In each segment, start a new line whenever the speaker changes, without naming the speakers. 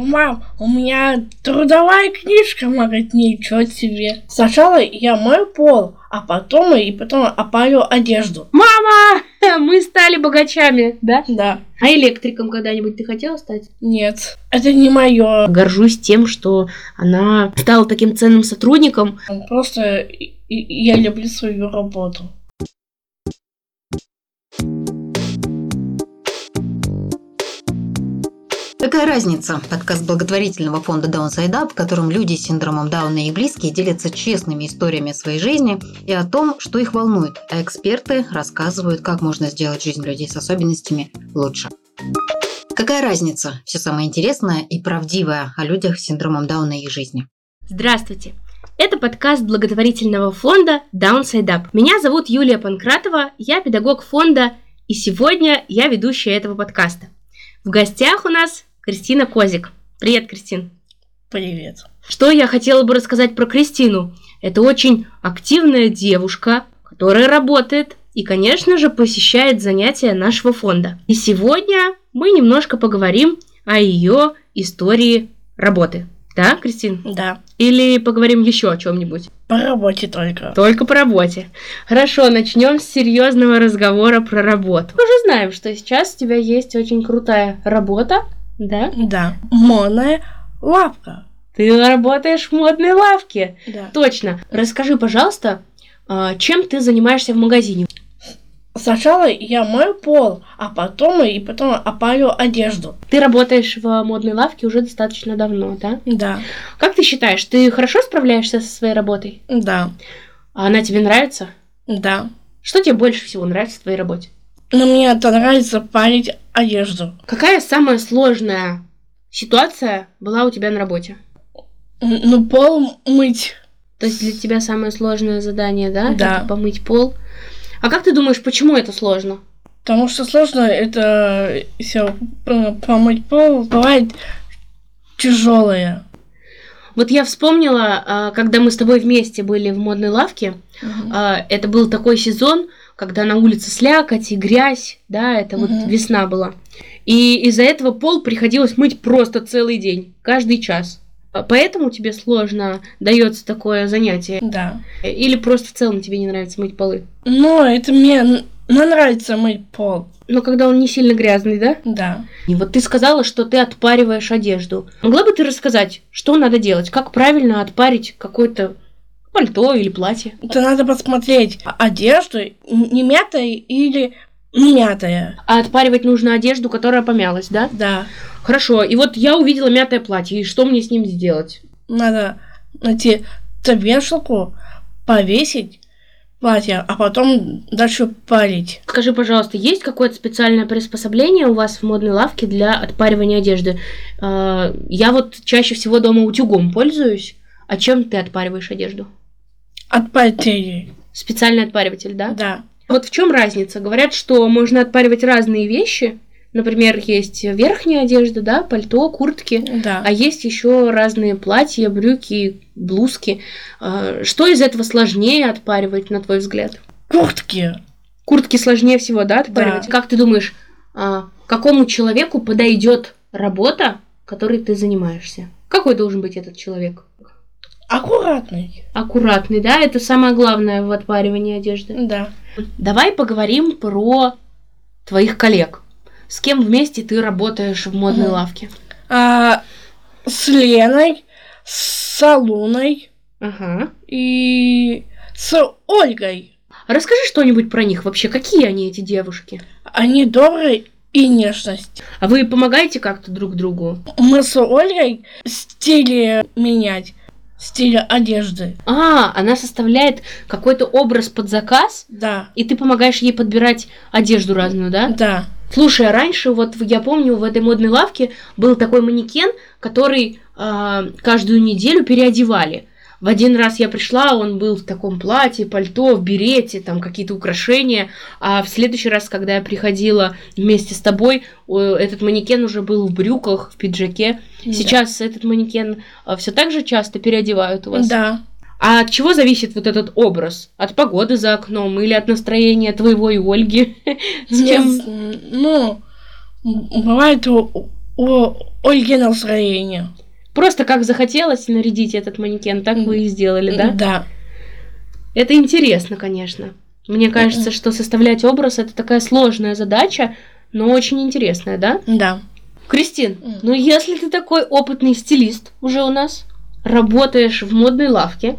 Мам, у меня трудовая книжка, она говорит, ничего себе. Сначала я мою пол, а потом и потом опарю одежду.
Мама, мы стали богачами, да?
Да,
А электриком когда-нибудь ты хотела стать?
нет, это не мое.
Горжусь тем, что она стала таким ценным сотрудником.
Просто и- и- я люблю свою работу.
Какая разница? Подкаст благотворительного фонда Downside Up, в котором люди с синдромом Дауна и близкие делятся честными историями своей жизни и о том, что их волнует, а эксперты рассказывают, как можно сделать жизнь людей с особенностями лучше. Какая разница? Все самое интересное и правдивое о людях с синдромом Дауна и их жизни.
Здравствуйте. Это подкаст благотворительного фонда Downside Up. Меня зовут Юлия Панкратова, я педагог фонда, и сегодня я ведущая этого подкаста. В гостях у нас Кристина Козик. Привет, Кристин.
Привет.
Что я хотела бы рассказать про Кристину? Это очень активная девушка, которая работает и, конечно же, посещает занятия нашего фонда. И сегодня мы немножко поговорим о ее истории работы. Да, Кристин?
Да,
Или поговорим еще о чем-нибудь?
по работе только.
Только по работе. Хорошо, начнем с серьезного разговора про работу. Мы уже знаем, что сейчас у тебя есть очень крутая работа, да?
Да, моная лапка.
Ты работаешь в модной лавке.
Да.
Точно. Расскажи, пожалуйста, а, чем ты занимаешься в магазине?
Сначала я мою пол, а потом и потом опарю одежду.
Ты работаешь в модной лавке уже достаточно давно, да?
Да,
Как ты считаешь, ты хорошо справляешься со своей работой?
да,
А Она тебе нравится?
да.
Что тебе больше всего нравится в твоей работе?
Но мне это нравится парить одежду.
Какая самая сложная ситуация была у тебя на работе?
М, Ну, пол мыть.
То есть для тебя самое сложное задание,
Да.
да? Это типа помыть пол. А как ты думаешь, почему это сложно?
Потому что сложно это все помыть пол, бывает тяжелое.
Вот я вспомнила, а, когда мы с тобой вместе были в модной лавке, А, Это был такой сезон, когда на улице слякоть и грязь, да, это вот
Мгм.
весна была. И из-за этого пол приходилось мыть просто целый день, каждый час. А Поэтому тебе сложно дается такое занятие?
Да.
Или просто в целом тебе не нравится мыть полы?
Но это мне н- ну, нравится мыть пол.
Но когда он не сильно грязный, да?
Да.
И вот ты сказала, что ты отпариваешь одежду. Могла бы ты рассказать, что надо делать? Как правильно отпарить какое-то пальто или платье?
Это надо посмотреть а- одежду, н- не мятая или мятая.
А отпаривать нужно одежду, которая помялась, да?
Да.
Хорошо, и вот я увидела мятое платье, и что мне с ним сделать?
Надо найти т- вешалку, повесить платье, а потом дальше парить.
Скажи, пожалуйста, есть какое-то специальное приспособление у вас в модной лавке для отпаривания одежды? Э, Я вот чаще всего дома утюгом пользуюсь. А чем ты отпариваешь одежду?
Отпарить ей.
Специальный отпариватель, да?
Да.
Вот в чем разница? Говорят, что можно отпаривать разные вещи. Например, есть верхняя одежда, да, пальто, куртки.
Да.
А есть еще разные платья, брюки, блузки. Э, Что из этого сложнее отпаривать, на твой взгляд?
Куртки.
Куртки сложнее всего, да, отпаривать?
Да.
Как ты думаешь, а, какому человеку подойдет работа, которой ты занимаешься? Какой должен быть этот человек?
Аккуратный.
Аккуратный, да? Это самое главное в отпаривании одежды.
Да.
Давай поговорим про твоих коллег. С кем вместе ты работаешь в модной
Мгм.
лавке?
А, с Леной, с Салуной
Ага.
и с Ольгой.
Расскажи что-нибудь про них вообще. Какие они, эти девушки?
Они добрые и нежность.
А вы помогаете как-то друг другу?
Мы с Ольгой стили менять, стиль одежды.
А, она составляет какой-то образ под заказ,
Да,
и ты помогаешь ей подбирать одежду разную, да?
да,
Слушай, а раньше, вот в- я помню, в этой модной лавке был такой манекен, который а, каждую неделю переодевали. В один раз я пришла, он был в таком платье, пальто, в берете, там какие-то украшения. А в следующий раз, когда я приходила вместе с тобой, о, этот манекен уже был в брюках, в пиджаке. Сейчас этот манекен все так же часто переодевают у вас?
да.
А от чего зависит вот этот образ? От погоды за окном или от настроения твоего и Ольги? С
Не
чем?
з- Ну, м, бывает у, о Ольге настроение.
Просто как захотелось нарядить этот манекен, так вы и сделали, да?
Да.
Это интересно, конечно. Мне кажется, что составлять образ это такая сложная задача, но очень интересная, да?
Да.
Кристин,
Мгм.
ну если ты такой опытный стилист уже у нас, работаешь в модной лавке,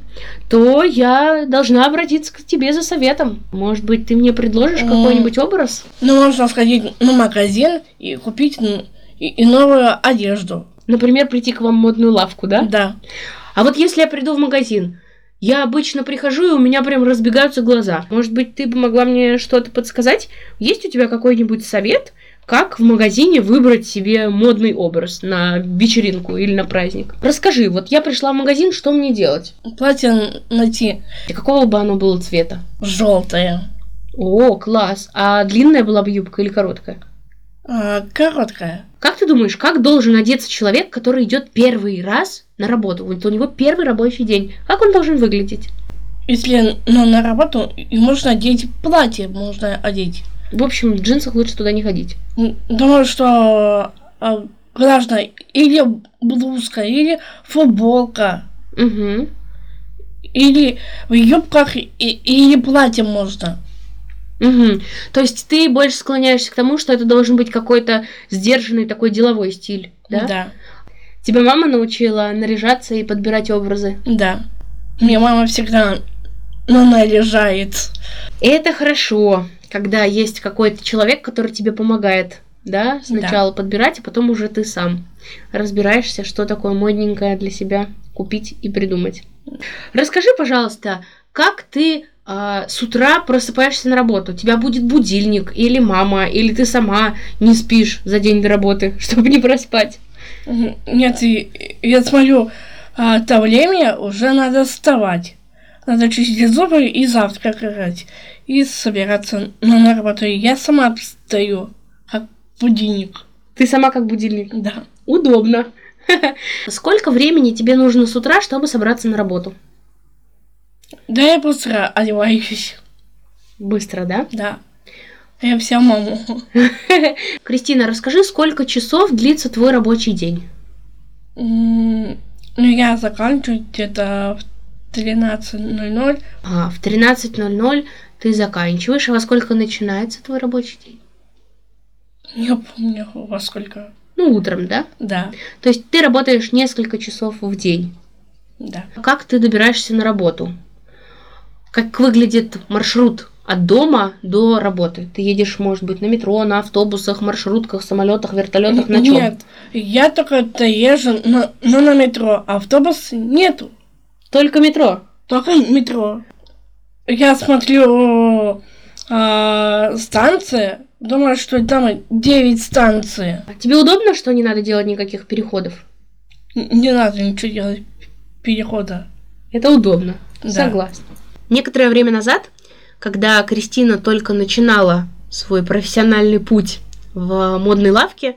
то я должна обратиться к тебе за советом. Может быть, ты мне предложишь
М.
какой-нибудь образ?
Ну, можно сходить на магазин и купить м, и, и новую одежду.
Например, прийти к вам в модную лавку, да?
Да.
А вот если я приду в магазин, я обычно прихожу, и у меня прям разбегаются глаза. Может быть, ты бы могла мне что-то подсказать? Есть у тебя какой-нибудь совет, как в магазине выбрать себе модный образ на вечеринку или на праздник? Расскажи, вот я пришла в магазин, что мне делать?
Платье найти
И какого бы оно было цвета?
желтое.
О, класс! А длинная была бы юбка или короткая?
А, короткое.
Как ты думаешь, как должен одеться человек, который идет первый раз на работу? Вот у него первый рабочий день. Как он должен выглядеть?
Если ну, на работу, и можно одеть платье, можно одеть.
В общем, в джинсах лучше туда не ходить.
М, Думаю, что а, важно или блузка, или футболка,
Угу.
или в юбках, и, или платье можно.
Угу. То есть ты больше склоняешься к тому, что это должен быть какой-то сдержанный такой деловой стиль, да?
Да.
Тебя мама научила наряжаться и подбирать образы.
Да. Мне мама всегда ну, наряжает.
И это хорошо, когда есть какой-то человек, который тебе помогает, да? Сначала подбирать, а потом уже ты сам разбираешься, что такое модненькое для себя купить и придумать. Расскажи, пожалуйста, как ты а, с утра просыпаешься на работу? У тебя будет будильник или мама, или ты сама не спишь за день до работы, чтобы не проспать?
М, Нет, и- и я смотрю, а, то время уже надо вставать. Надо чистить зубы и завтракать. И собираться ну, на работу. И Я сама встаю, как будильник.
Ты сама как будильник.
Да.
Удобно. Сколько времени тебе нужно с утра, чтобы собраться на работу?
Да, я быстро одеваюсь.
Быстро, да?
Да. Я вся маму.
Кристина, расскажи, сколько часов длится твой рабочий день?
М, Ну, я заканчиваю где-то в 13.00.
А, в 13.00 ты заканчиваешь, а во сколько начинается твой рабочий день?
Не помню, во сколько.
Ну, утром, да?
Да,
То есть ты работаешь несколько часов в день.
да.
Как ты добираешься на работу? Как выглядит маршрут от дома до работы? Ты едешь, может быть, на метро, на автобусах, маршрутках, самолетах, вертолетах, на чем?
Э, Нет, я только доезжу на, ну, на метро. Автобус нету,
Только метро.
только метро. Я смотрю а, станции, думаю, что там 9 станций.
А Тебе удобно, что не надо делать никаких переходов?
Н- Не надо ничего делать, перехода.
Это удобно.
Да.
Согласна. Некоторое время назад, когда Кристина только начинала свой профессиональный путь в модной лавке,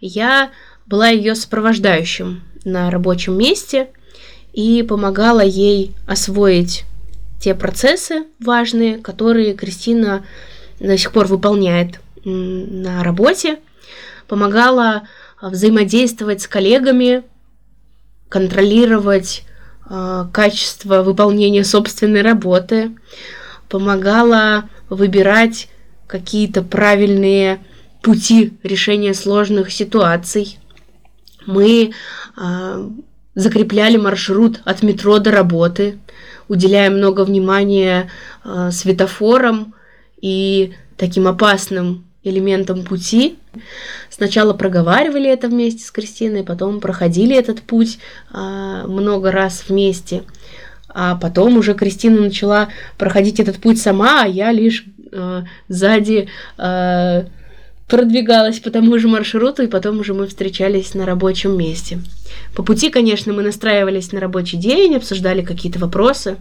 я была ее сопровождающим на рабочем месте и помогала ей освоить те процессы важные, которые Кристина до сих пор выполняет м, на работе, помогала а, взаимодействовать с коллегами, контролировать а, качество выполнения собственной работы, помогала выбирать какие-то правильные пути решения сложных ситуаций. Мы а, закрепляли маршрут от метро до работы, уделяя много внимания а, светофорам и таким опасным элементам пути. Сначала проговаривали это вместе с Кристиной, потом проходили этот путь а, много раз вместе. А потом уже Кристина начала проходить этот путь сама, а я лишь э, сзади э, продвигалась по тому же маршруту, и потом уже мы встречались на рабочем месте. По пути, конечно, мы настраивались на рабочий день, обсуждали какие-то вопросы.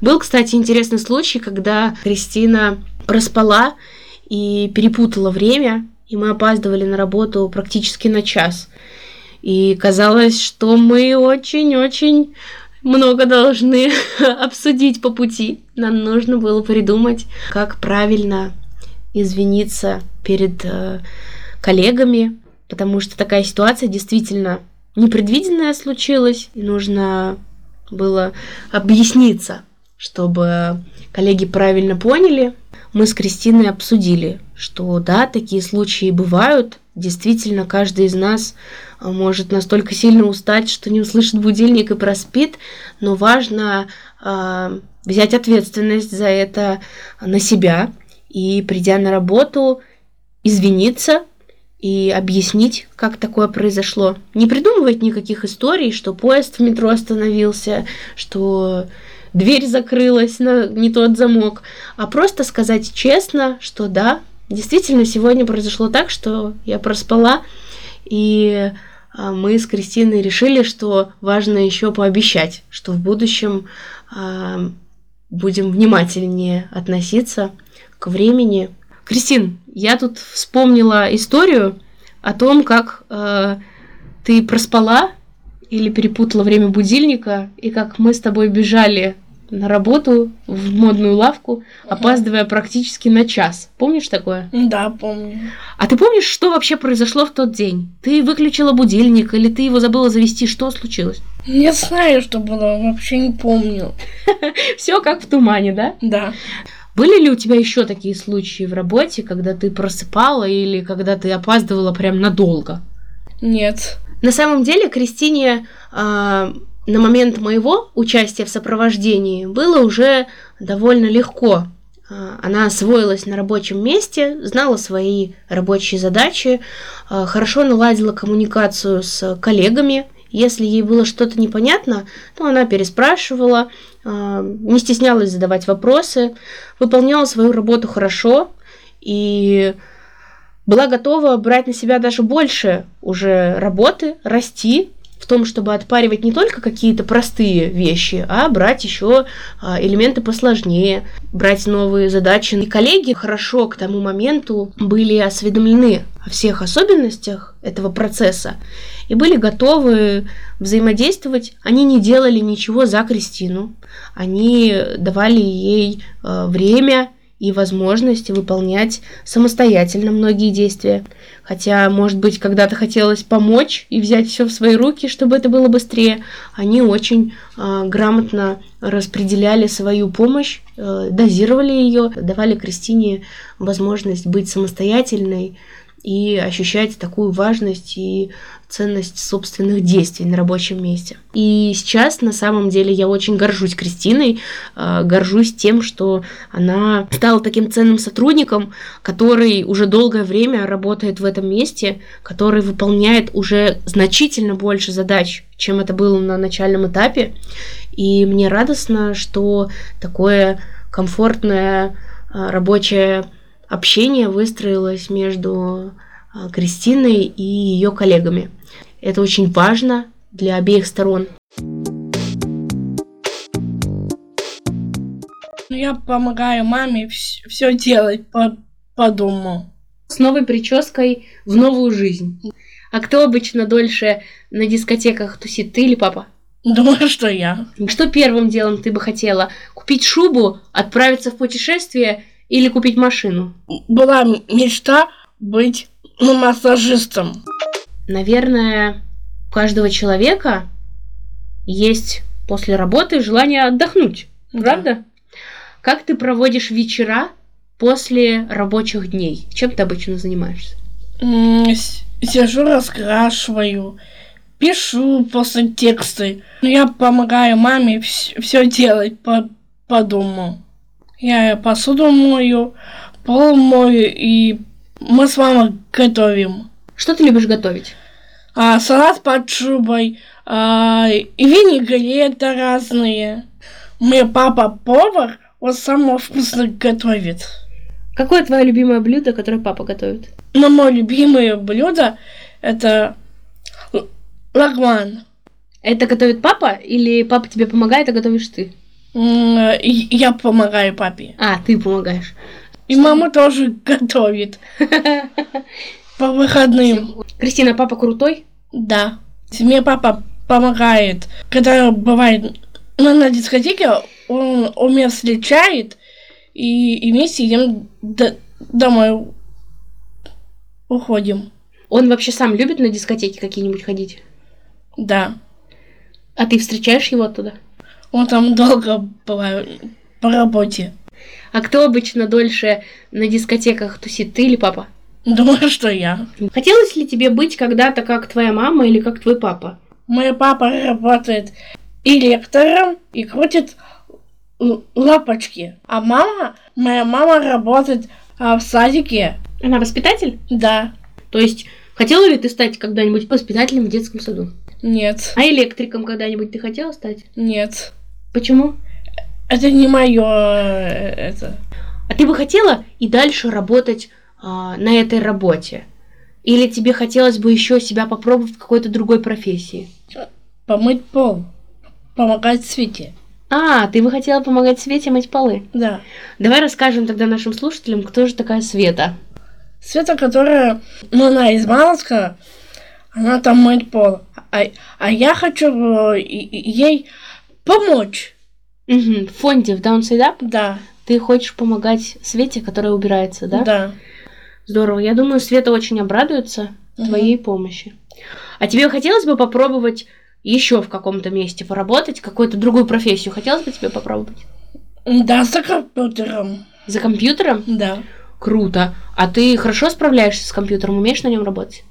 Был, кстати, интересный случай, когда Кристина проспала и перепутала время, и мы опаздывали на работу практически на час. И казалось, что мы очень-очень много должны обсудить по пути. Нам нужно было придумать, как правильно извиниться перед э, коллегами, потому что такая ситуация действительно непредвиденная случилась. И нужно было объясниться, чтобы коллеги правильно поняли. Мы с Кристиной обсудили, что да, такие случаи бывают. Действительно, каждый из нас а, может настолько сильно устать, что не услышит будильник и проспит, но важно э, взять ответственность за это на себя и, придя на работу, извиниться и объяснить, как такое произошло. Не придумывать никаких историй, что поезд в метро остановился, что дверь закрылась на не тот замок, а просто сказать честно, что да, действительно сегодня произошло так, что я проспала, и а, мы с Кристиной решили, что важно еще пообещать, что в будущем э, будем внимательнее относиться к времени. Кристин, я тут вспомнила историю о том, как э, ты проспала или перепутала время будильника, и как мы с тобой бежали на работу в модную лавку, опаздывая практически на час. Помнишь такое?
Да, помню.
А ты помнишь, что вообще произошло в тот день? Ты выключила будильник или ты его забыла завести? Что случилось?
Не знаю, что было, вообще не помню.
Все как в тумане, да?
Да.
Были ли у тебя еще такие случаи в работе, когда ты просыпала или когда ты опаздывала прям надолго?
Нет.
На самом деле, Кристине э, на момент моего участия в сопровождении было уже довольно легко. Э, она освоилась на рабочем месте, знала свои рабочие задачи, э, хорошо наладила коммуникацию с коллегами. Если ей было что-то непонятно, то она переспрашивала, э, не стеснялась задавать вопросы, выполняла свою работу хорошо и была готова брать на себя даже больше уже работы, расти в том, чтобы отпаривать не только какие-то простые вещи, а брать еще элементы посложнее, брать новые задачи. И коллеги хорошо к тому моменту были осведомлены о всех особенностях этого процесса и были готовы взаимодействовать. Они не делали ничего за Кристину, они давали ей э, время и возможность выполнять самостоятельно многие действия. Хотя, может быть, когда-то хотелось помочь и взять все в свои руки, чтобы это было быстрее, они очень э, грамотно распределяли свою помощь, э, дозировали ее, давали Кристине возможность быть самостоятельной и ощущать такую важность и ценность собственных действий на рабочем месте. И сейчас, на самом деле, я очень горжусь Кристиной, э, горжусь тем, что она стала таким ценным сотрудником, который уже долгое время работает в этом месте, который выполняет уже значительно больше задач, чем это было на начальном этапе. И мне радостно, что такое комфортное э, рабочее общение выстроилось между а, Кристиной и ее коллегами. Это очень важно для обеих сторон.
Я помогаю маме все делать по, по дому.
С новой прической в новую жизнь. А кто обычно дольше на дискотеках тусит, ты или папа?
Думаю, что я.
Что первым делом ты бы хотела? Купить шубу, отправиться в путешествие или купить машину?
Была мечта быть ну, массажистом.
Наверное, у каждого человека есть после работы желание отдохнуть,
Да.
правда? Как ты проводишь вечера после рабочих дней? Чем ты обычно занимаешься?
М, с- Сижу, раскрашиваю, пишу после тексты. Ну, Я помогаю маме все делать по, по дому. Я посуду мою, пол мою, и мы с мамой готовим.
Что ты любишь готовить?
А, салат под шубой, а, и винегреты разные. Мой папа повар, он самый вкусно готовит.
Какое твое любимое блюдо, которое папа готовит?
Но мое любимое блюдо это л- лагман.
Это готовит папа или папа тебе помогает, а готовишь ты?
М, и Я помогаю папе.
А, ты помогаешь.
И мама тоже готовит. По выходным.
Хм. Кристина, папа крутой?
Да. Мне папа помогает. Когда бывает ну, на дискотеке, он, он меня встречает, и, и вместе идем до- домой. Уходим.
Он вообще сам любит на дискотеки какие-нибудь ходить?
Да.
А ты встречаешь его оттуда?
Он там долго бывает по работе.
А кто обычно дольше на дискотеках тусит, ты или папа?
Думаю, что я.
Хотелось ли тебе быть когда-то как твоя мама или как твой папа?
Мой папа работает электором и крутит л- лапочки. А мама, моя мама работает а, в садике.
Она воспитатель?
Да,
То есть, хотела ли ты стать когда-нибудь воспитателем в детском саду?
нет,
А электриком когда-нибудь ты хотела стать?
нет.
Почему?
Это не мое это.
А ты бы хотела и дальше работать а, на этой работе? Или тебе хотелось бы еще себя попробовать в какой-то другой профессии?
Помыть пол. Помогать Свете.
А, ты бы хотела помогать Свете мыть полы.
Да.
Давай расскажем тогда нашим слушателям, кто же такая Света.
Света, которая, ну, она из Малска, она там моет пол. А, а я хочу э, и- и ей помочь.
Мгм, В фонде в Downside Up
Да,
ты хочешь помогать Свете, которая убирается, да?
да.
Здорово. Я думаю, Света очень обрадуется
Мгм.
твоей помощи. А тебе хотелось бы попробовать еще в каком-то месте поработать, какую-то другую профессию? Хотелось бы тебе попробовать?
Да, за компьютером.
За компьютером?
Да.
Круто. А ты хорошо справляешься с компьютером? Умеешь на нем работать?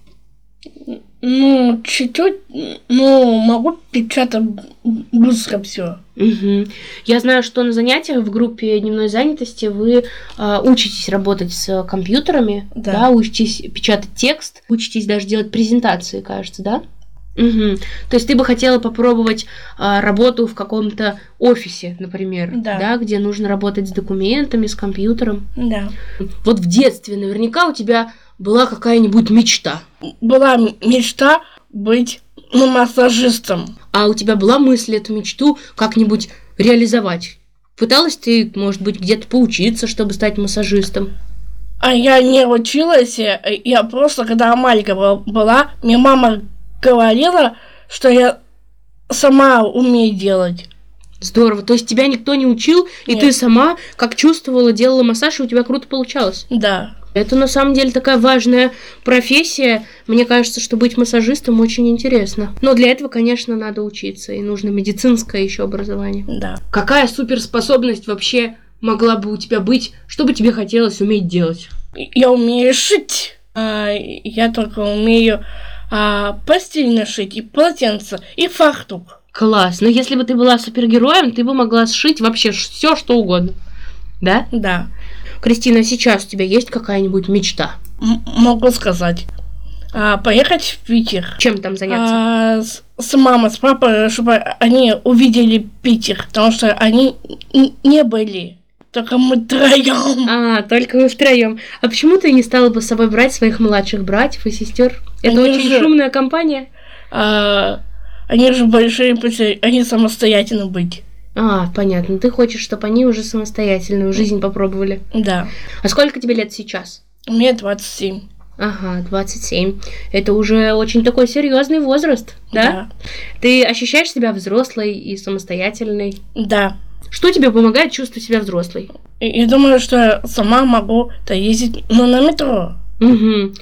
Ну, чуть-чуть, ну, могу печатать б- быстро все.
Мгм. Я знаю, что на занятиях в группе дневной занятости вы а, учитесь работать с э, компьютерами, да.
Да.
учитесь печатать текст, учитесь даже делать презентации, кажется, да? Мгм. То есть ты бы хотела попробовать а, работу в каком-то офисе, например,
Да.
где нужно работать с документами, с компьютером.
Да.
Вот в детстве наверняка у тебя была какая-нибудь мечта,
Была м- мечта быть ну, массажистом.
а у тебя была мысль эту мечту как-нибудь реализовать. Пыталась ты, может быть, где-то поучиться, чтобы стать массажистом?
А я не училась, э, я просто, когда маленькая была, мне мама говорила, что я сама умею делать.
Здорово. То есть тебя никто не учил, и
Нет.
ты сама, как чувствовала, делала массаж, и у тебя круто получалось.
Да.
Это на самом деле такая важная профессия. Мне кажется, что быть массажистом очень интересно. Но для этого, конечно, надо учиться, и нужно медицинское еще образование.
Да.
Какая суперспособность вообще могла бы у тебя быть? Что бы тебе хотелось уметь делать?
Я умею шить. А, я только умею а, постель нашить, и полотенце, и фартук.
Класс. Но если бы ты была супергероем, ты бы могла сшить вообще все, что угодно. Да?
Да.
Кристина, а сейчас у тебя есть какая-нибудь мечта?
М- могу сказать. А, поехать в Питер.
Чем там заняться?
А, с, с мамой, с папой, чтобы они увидели Питер, потому что они н- не были. Только мы втроем.
А, только вы втроем. А почему ты не стала бы с собой брать своих младших братьев и сестер? Это
Они
очень
же-
шумная компания.
А, они же большие, пусть они самостоятельно быть.
А, понятно. Ты хочешь, чтобы они уже самостоятельную жизнь попробовали.
Да.
А сколько тебе лет сейчас?
Мне 27.
Ага, 27. Это уже очень такой серьезный возраст, да? Ты ощущаешь себя взрослой и самостоятельной?
Да. да.
Что тебе помогает чувствовать себя взрослой?
И, и думаю, что я сама могу доездить ну, на метро.
Угу.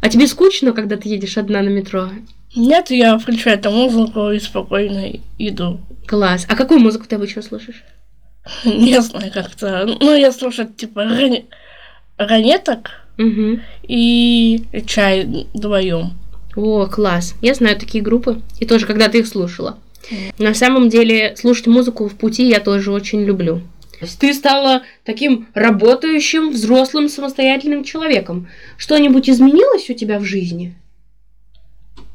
А тебе скучно, когда ты едешь одна на метро?
Нет, я включаю эту музыку и спокойно иду.
Класс. А какую музыку ты обычно слушаешь?
Не знаю как-то. Ну, я слушаю, типа, ран- ранеток
Угу.
и чай вдвоем.
О, класс. Я знаю такие группы. И тоже когда-то их слушала. На самом деле, слушать музыку в пути я тоже очень люблю. То есть Ты стала таким работающим, взрослым, самостоятельным человеком. Что-нибудь изменилось у тебя в жизни?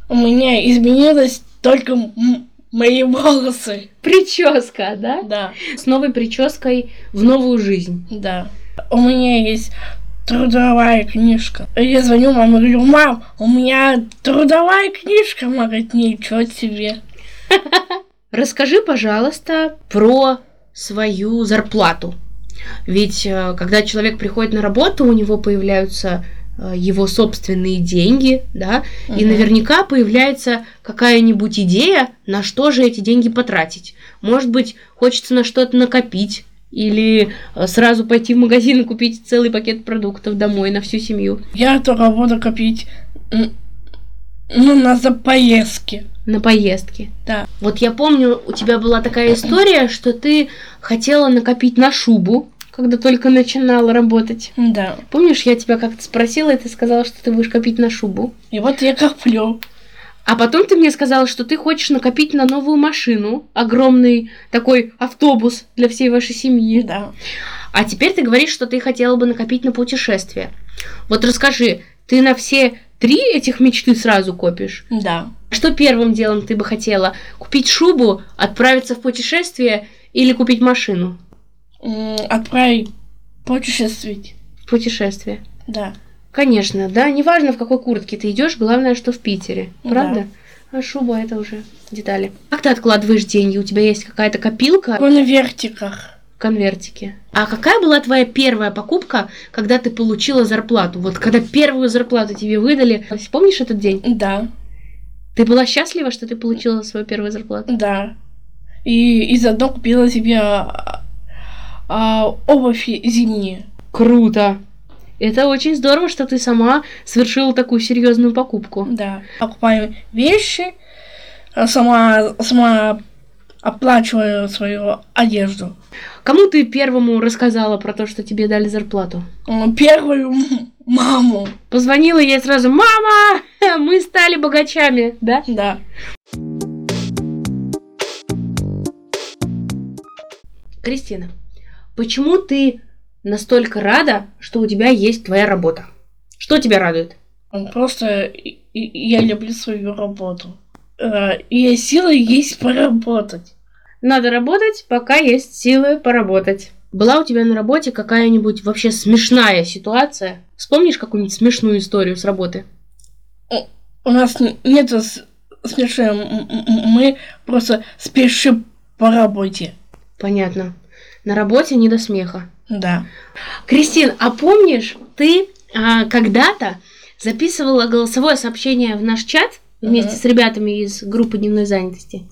У меня изменилось только м- мои волосы.
Прическа, да?
Да,
С новой прической в новую жизнь.
да. У меня есть трудовая книжка. Я звоню маме, говорю, мам, у меня трудовая книжка. Она говорит, ничего себе.
Расскажи, пожалуйста, про свою зарплату. Ведь э, когда человек приходит на работу, у него появляются э, его собственные деньги, да, и
Мгм.
наверняка появляется какая-нибудь идея, на что же эти деньги потратить. Может быть, хочется на что-то накопить, или э, сразу пойти в магазин и купить целый пакет продуктов домой на всю семью.
Я только буду копить м, ну, на за поездки.
на поездке.
Да.
Вот я помню, у тебя была такая история, что ты хотела накопить на шубу, когда только начинала работать.
Да.
Помнишь, я тебя как-то спросила, и ты сказала, что ты будешь копить на шубу.
И вот я коплю.
А потом ты мне сказала, что ты хочешь накопить на новую машину, огромный такой автобус для всей вашей семьи.
Да.
А теперь ты говоришь, что ты хотела бы накопить на путешествие. Вот расскажи, ты на все три этих мечты сразу копишь?
Да.
Что первым делом ты бы хотела? Купить шубу, отправиться в путешествие или купить машину?
М, Отправить путешествовать.
В путешествие.
Да.
Конечно, да, неважно, в какой куртке ты идешь, главное, что в Питере,
Да.
правда? А шуба это уже детали. Как ты откладываешь деньги? У тебя есть какая-то копилка,
На вертиках.
конвертики. А какая была твоя первая покупка, когда ты получила зарплату? Вот когда первую зарплату тебе выдали, помнишь этот день?
Да.
Ты была счастлива, что ты получила свою первую зарплату?
Да. И, и заодно купила себе а, а, обувь зимние.
Круто! Это очень здорово, что ты сама совершила такую серьезную покупку.
Да. Покупаю вещи, а сама, сама оплачиваю свою одежду.
Кому ты первому рассказала про то, что тебе дали зарплату?
М, Первую м, маму.
Позвонила я ей сразу, мама, мы стали богачами, да?
Да.
Кристина, почему ты настолько рада, что у тебя есть твоя работа? Что тебя радует?
Он Просто и- и- я люблю свою работу. Э, И есть силы есть поработать.
Надо работать, пока есть силы поработать. Была у тебя на работе какая-нибудь вообще смешная ситуация? Вспомнишь какую-нибудь смешную историю с работы?
У нас н- нету с- смешения. М- м- м- Мы просто спешим по работе.
Понятно. На работе не до смеха.
Да.
Кристин, а помнишь, ты а, когда-то записывала голосовое сообщение в наш чат вместе
Мгм.
с ребятами из группы дневной занятости,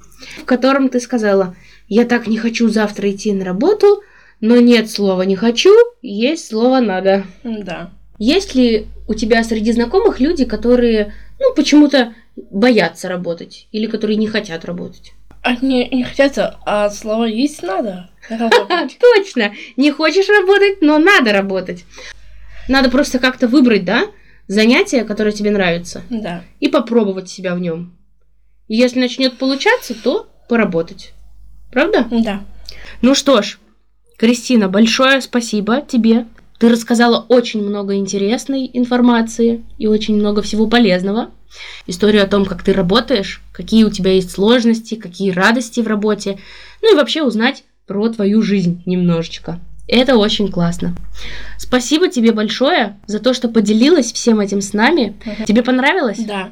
в котором ты сказала, я так не хочу завтра идти на работу, но нет слова не хочу, есть слово надо.
Да.
Есть ли у тебя среди знакомых люди, которые, ну, почему-то боятся работать или которые не хотят работать?
Они не хотят, а слово есть надо. Работать.
А, точно! Не хочешь работать, но надо работать. Надо просто как-то выбрать, да, занятие, которое тебе нравится,
Да.
и попробовать себя в нем. И если начнет получаться, то поработать. Правда?
Да.
Ну что ж, Кристина, большое спасибо тебе. Ты рассказала очень много интересной информации и очень много всего полезного. Историю о том, как ты работаешь, какие у тебя есть сложности, какие радости в работе. Ну и вообще узнать про твою жизнь немножечко. Это очень классно. Спасибо тебе большое за то, что поделилась всем этим с нами.
Мгм.
Тебе понравилось?
Да.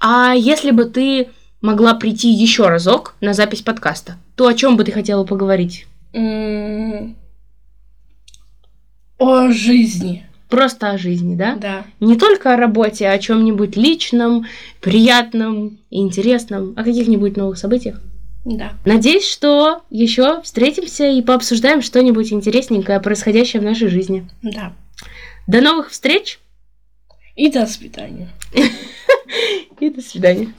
А если бы ты могла прийти еще разок на запись подкаста, то о чем бы ты хотела поговорить?
М, М-м-м. О жизни.
Просто о жизни, да?
Да.
Не только о работе, а о чем-нибудь личном, приятном, интересном, о каких-нибудь новых событиях.
Да.
Надеюсь, что еще встретимся и пообсуждаем что-нибудь интересненькое, происходящее в нашей жизни.
Да.
До новых встреч
И до свидания.
и до свидания.